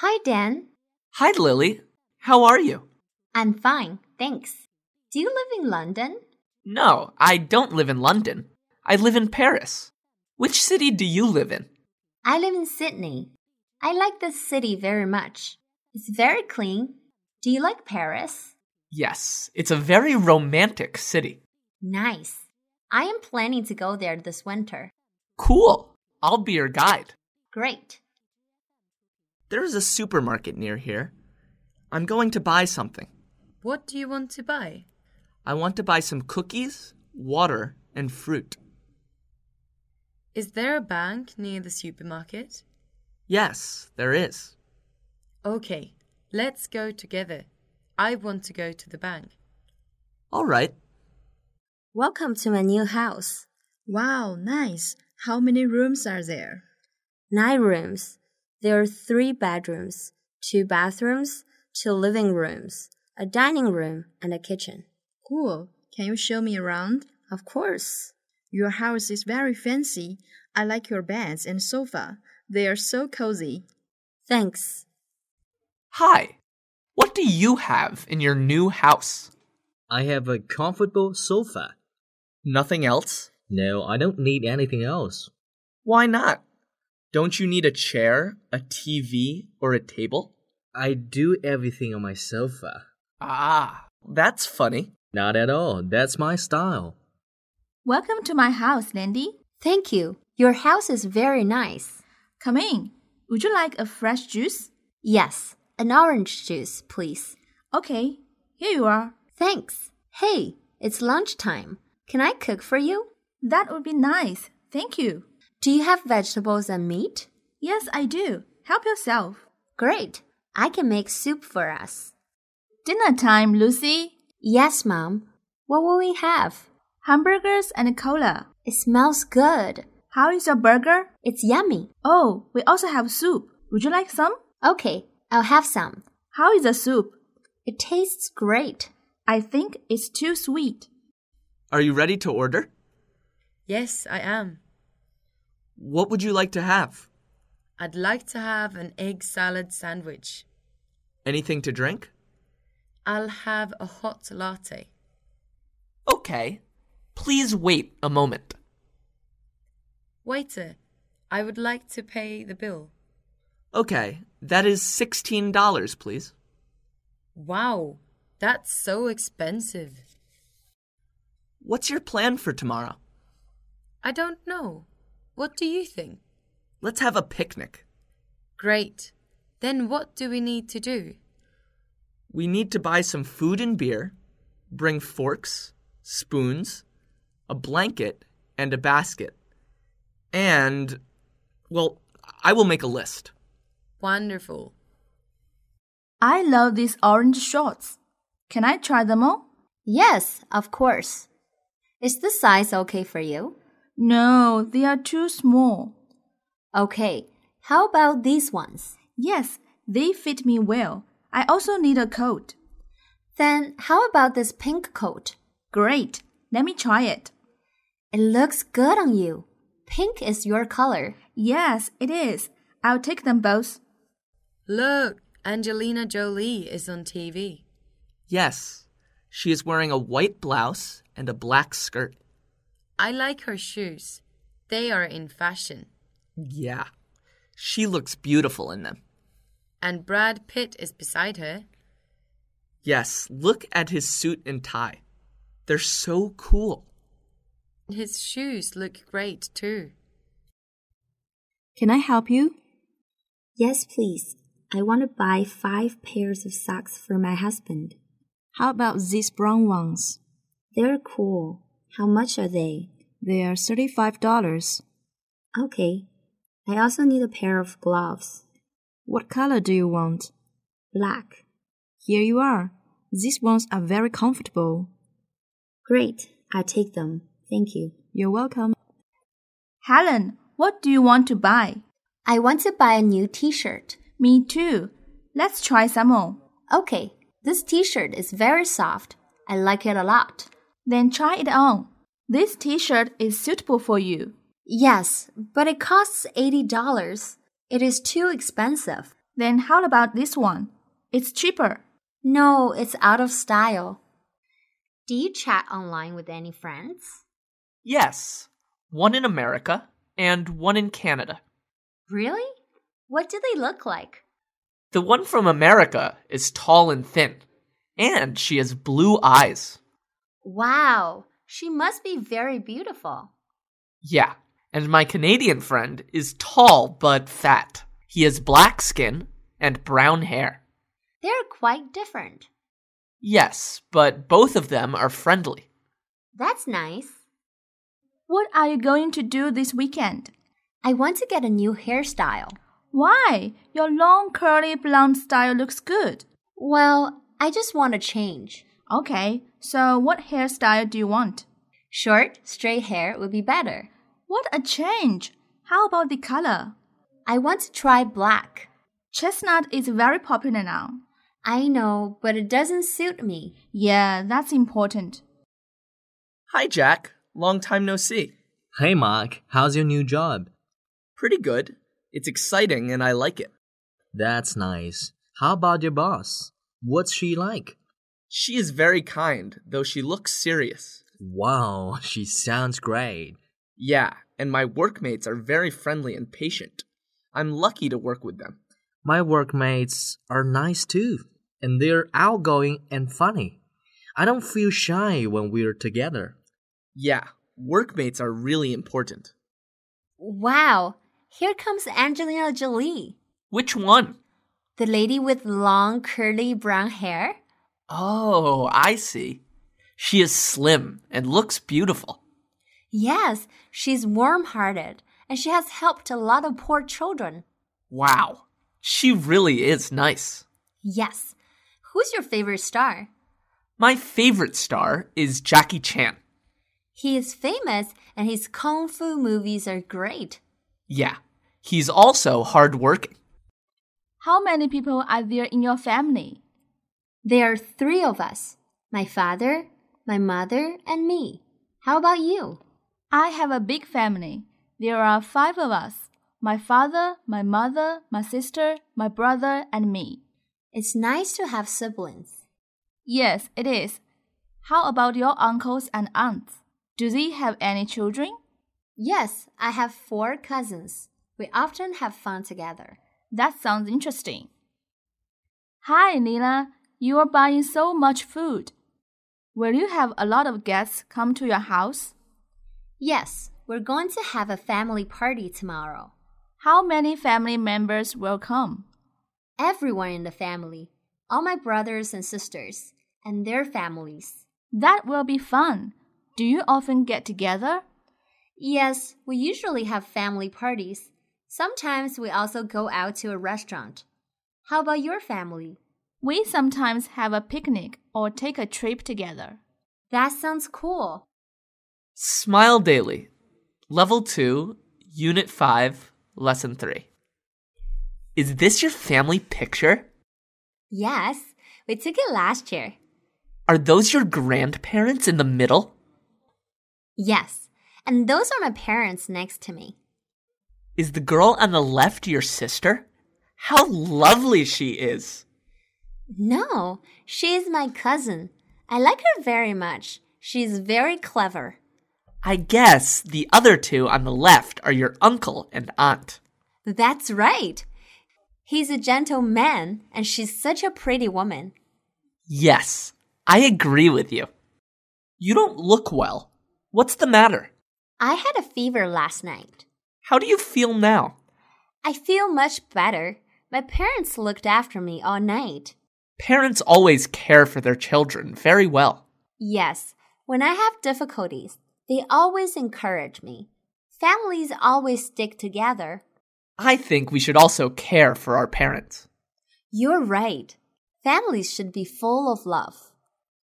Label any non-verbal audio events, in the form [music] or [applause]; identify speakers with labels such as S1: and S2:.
S1: Hi, Dan.
S2: Hi, Lily. How are you?
S1: I'm fine, thanks. Do you live in London?
S2: No, I don't live in London. I live in Paris. Which city do you live in?
S1: I live in Sydney. I like this city very much. It's very clean. Do you like Paris?
S2: Yes, it's a very romantic city.
S1: Nice. I am planning to go there this winter.
S2: Cool. I'll be your guide.
S1: Great.
S2: There is a supermarket near here. I'm going to buy something.
S3: What do you want to buy?
S2: I want to buy some cookies, water, and fruit.
S3: Is there a bank near the supermarket?
S2: Yes, there is.
S3: Okay, let's go together. I want to go to the bank.
S2: All right.
S1: Welcome to my new house.
S4: Wow, nice. How many rooms are there?
S1: Nine rooms. There are three bedrooms, two bathrooms, two living rooms, a dining room, and a kitchen.
S4: Cool. Can you show me around?
S1: Of course.
S4: Your house is very fancy. I like your beds and sofa. They are so cozy.
S1: Thanks.
S2: Hi. What do you have in your new house?
S5: I have a comfortable sofa.
S2: Nothing else?
S5: No, I don't need anything else.
S2: Why not? Don't you need a chair, a TV, or a table?
S5: I do everything on my sofa.
S2: Ah, that's funny.
S5: Not at all. That's my style.
S6: Welcome to my house, Landy.
S1: Thank you. Your house is very nice.
S6: Come in. Would you like a fresh juice?
S1: Yes, an orange juice, please.
S6: Okay, here you are.
S1: Thanks. Hey, it's lunchtime. Can I cook for you?
S6: That would be nice. Thank you.
S1: Do you have vegetables and meat?
S6: Yes, I do. Help yourself.
S1: Great. I can make soup for us.
S6: Dinner time, Lucy.
S1: Yes, Mom. What will we have?
S6: Hamburgers and cola.
S1: It smells good.
S6: How is your burger?
S1: It's yummy.
S6: Oh, we also have soup. Would you like some?
S1: Okay, I'll have some.
S6: How is the soup?
S1: It tastes great.
S6: I think it's too sweet.
S2: Are you ready to order?
S3: Yes, I am.
S2: What would you like to have?
S3: I'd like to have an egg salad sandwich.
S2: Anything to drink?
S3: I'll have a hot latte.
S2: Okay. Please wait a moment.
S3: Waiter, I would like to pay the bill.
S2: Okay, that is $16, please.
S3: Wow, that's so expensive.
S2: What's your plan for tomorrow?
S3: I don't know. What do you think?
S2: Let's have a picnic.
S3: Great. Then what do we need to do?
S2: We need to buy some food and beer, bring forks, spoons, a blanket, and a basket. And, well, I will make a list.
S3: Wonderful.
S6: I love these orange shorts. Can I try them all?
S1: Yes, of course. Is the size okay for you?
S6: No, they are too small.
S1: Okay, how about these ones?
S6: Yes, they fit me well. I also need a coat.
S1: Then, how about this pink coat?
S6: Great. Let me try it.
S1: It looks good on you. Pink is your color.
S6: Yes, it is. I'll take them both.
S3: Look, Angelina Jolie is on TV.
S2: Yes, she is wearing a white blouse and a black skirt.
S3: I like her shoes. They are in fashion.
S2: Yeah, she looks beautiful in them.
S3: And Brad Pitt is beside her.
S2: Yes, look at his suit and tie. They're so cool.
S3: His shoes look great too.
S6: Can I help you?
S1: Yes, please. I want to buy five pairs of socks for my husband.
S6: How about these brown ones?
S1: They're cool. How much are they?
S6: They are $35.
S1: Okay. I also need a pair of gloves.
S6: What color do you want?
S1: Black.
S6: Here you are. Ah, These ones are very comfortable.
S1: Great. I take them. Thank you.
S6: You're welcome. Helen, what do you want to buy?
S1: I want to buy a new t shirt.
S6: Me too. Let's try some on.
S1: Okay. This t shirt is very soft. I like it a lot.
S6: Then try it on. This t shirt is suitable for you.
S1: Yes, but it costs $80. It is too expensive.
S6: Then how about this one? It's cheaper.
S7: No, it's out of style.
S1: Do you chat online with any friends?
S2: Yes, one in America and one in Canada.
S1: Really? What do they look like?
S2: The one from America is tall and thin, and she has blue eyes.
S1: Wow, she must be very beautiful.
S2: Yeah, and my Canadian friend is tall but fat. He has black skin and brown hair.
S1: They're quite different.
S2: Yes, but both of them are friendly.
S1: That's nice.
S6: What are you going to do this weekend?
S1: I want to get a new hairstyle.
S6: Why? Your long curly blonde style looks good.
S1: Well, I just want to change.
S6: Okay, so what hairstyle do you want?
S1: Short, straight hair would be better.
S6: What a change! How about the color?
S1: I want to try black.
S6: Chestnut is very popular now.
S1: I know, but it doesn't suit me.
S6: Yeah, that's important.
S2: Hi, Jack. Long time no see.
S8: Hey, Mark, how's your new job?
S2: Pretty good. It's exciting and I like it.
S8: That's nice. How about your boss? What's she like?
S2: She is very kind, though she looks serious.
S8: Wow, [laughs] she sounds great.
S2: Yeah, and my workmates are very friendly and patient. I'm lucky to work with them.
S8: My workmates are nice too, and they're outgoing and funny. I don't feel shy when we're together.
S2: Yeah, workmates are really important.
S1: Wow, here comes Angelina Jolie,
S2: Which one?
S1: the lady with long, curly brown hair.
S2: Oh, I see. She is slim and looks beautiful.
S1: Yes, she's warm hearted and she has helped a lot of poor children.
S2: Wow. She really is nice.
S1: Yes. Who's your favorite star?
S2: My favorite star is Jackie Chan.
S1: He is famous and his kung fu movies are great.
S2: Yeah, he's also hardworking.
S6: How many people are there in your family?
S1: There are three of us my father, my mother, and me. How about you?
S6: I have a big family. There are five of us my father, my mother, my sister, my brother, and me.
S1: It's nice to have siblings.
S6: Yes, it is. How about your uncles and aunts? Do they have any children?
S1: Yes, I have four cousins. We often have fun together.
S6: That sounds interesting. Hi, Nila. You are buying so much food. Will you have a lot of guests come to your house?
S1: Yes, we're going to have a family party tomorrow.
S6: How many family members will come?
S1: Everyone in the family, all my brothers and sisters, and their families.
S6: That will be fun. Do you often get together?
S1: Yes, we usually have family parties. Sometimes we also go out to a restaurant. How about your family?
S6: We sometimes have a picnic or take a trip together.
S1: That sounds cool.
S2: Smile Daily, Level 2, Unit 5, Lesson 3. Is this your family picture?
S1: Yes, we took it last year.
S2: Are those your grandparents in the middle?
S1: Yes, and those are my parents next to me.
S2: Is the girl on the left your sister? How lovely she is!
S1: No, she is my cousin. I like her very much. She's very clever.
S2: I guess the other two on the left are your uncle and aunt.
S1: That's right. He's a gentle man, and she's such a pretty woman.
S2: Yes, I agree with you. You don't look well. What's the matter?
S1: I had a fever last night.
S2: How do you feel now?
S1: I feel much better. My parents looked after me all night.
S2: Parents always care for their children very well.
S1: Yes, when I have difficulties, they always encourage me. Families always stick together.
S2: I think we should also care for our parents.
S1: You're right. Families should be full of love.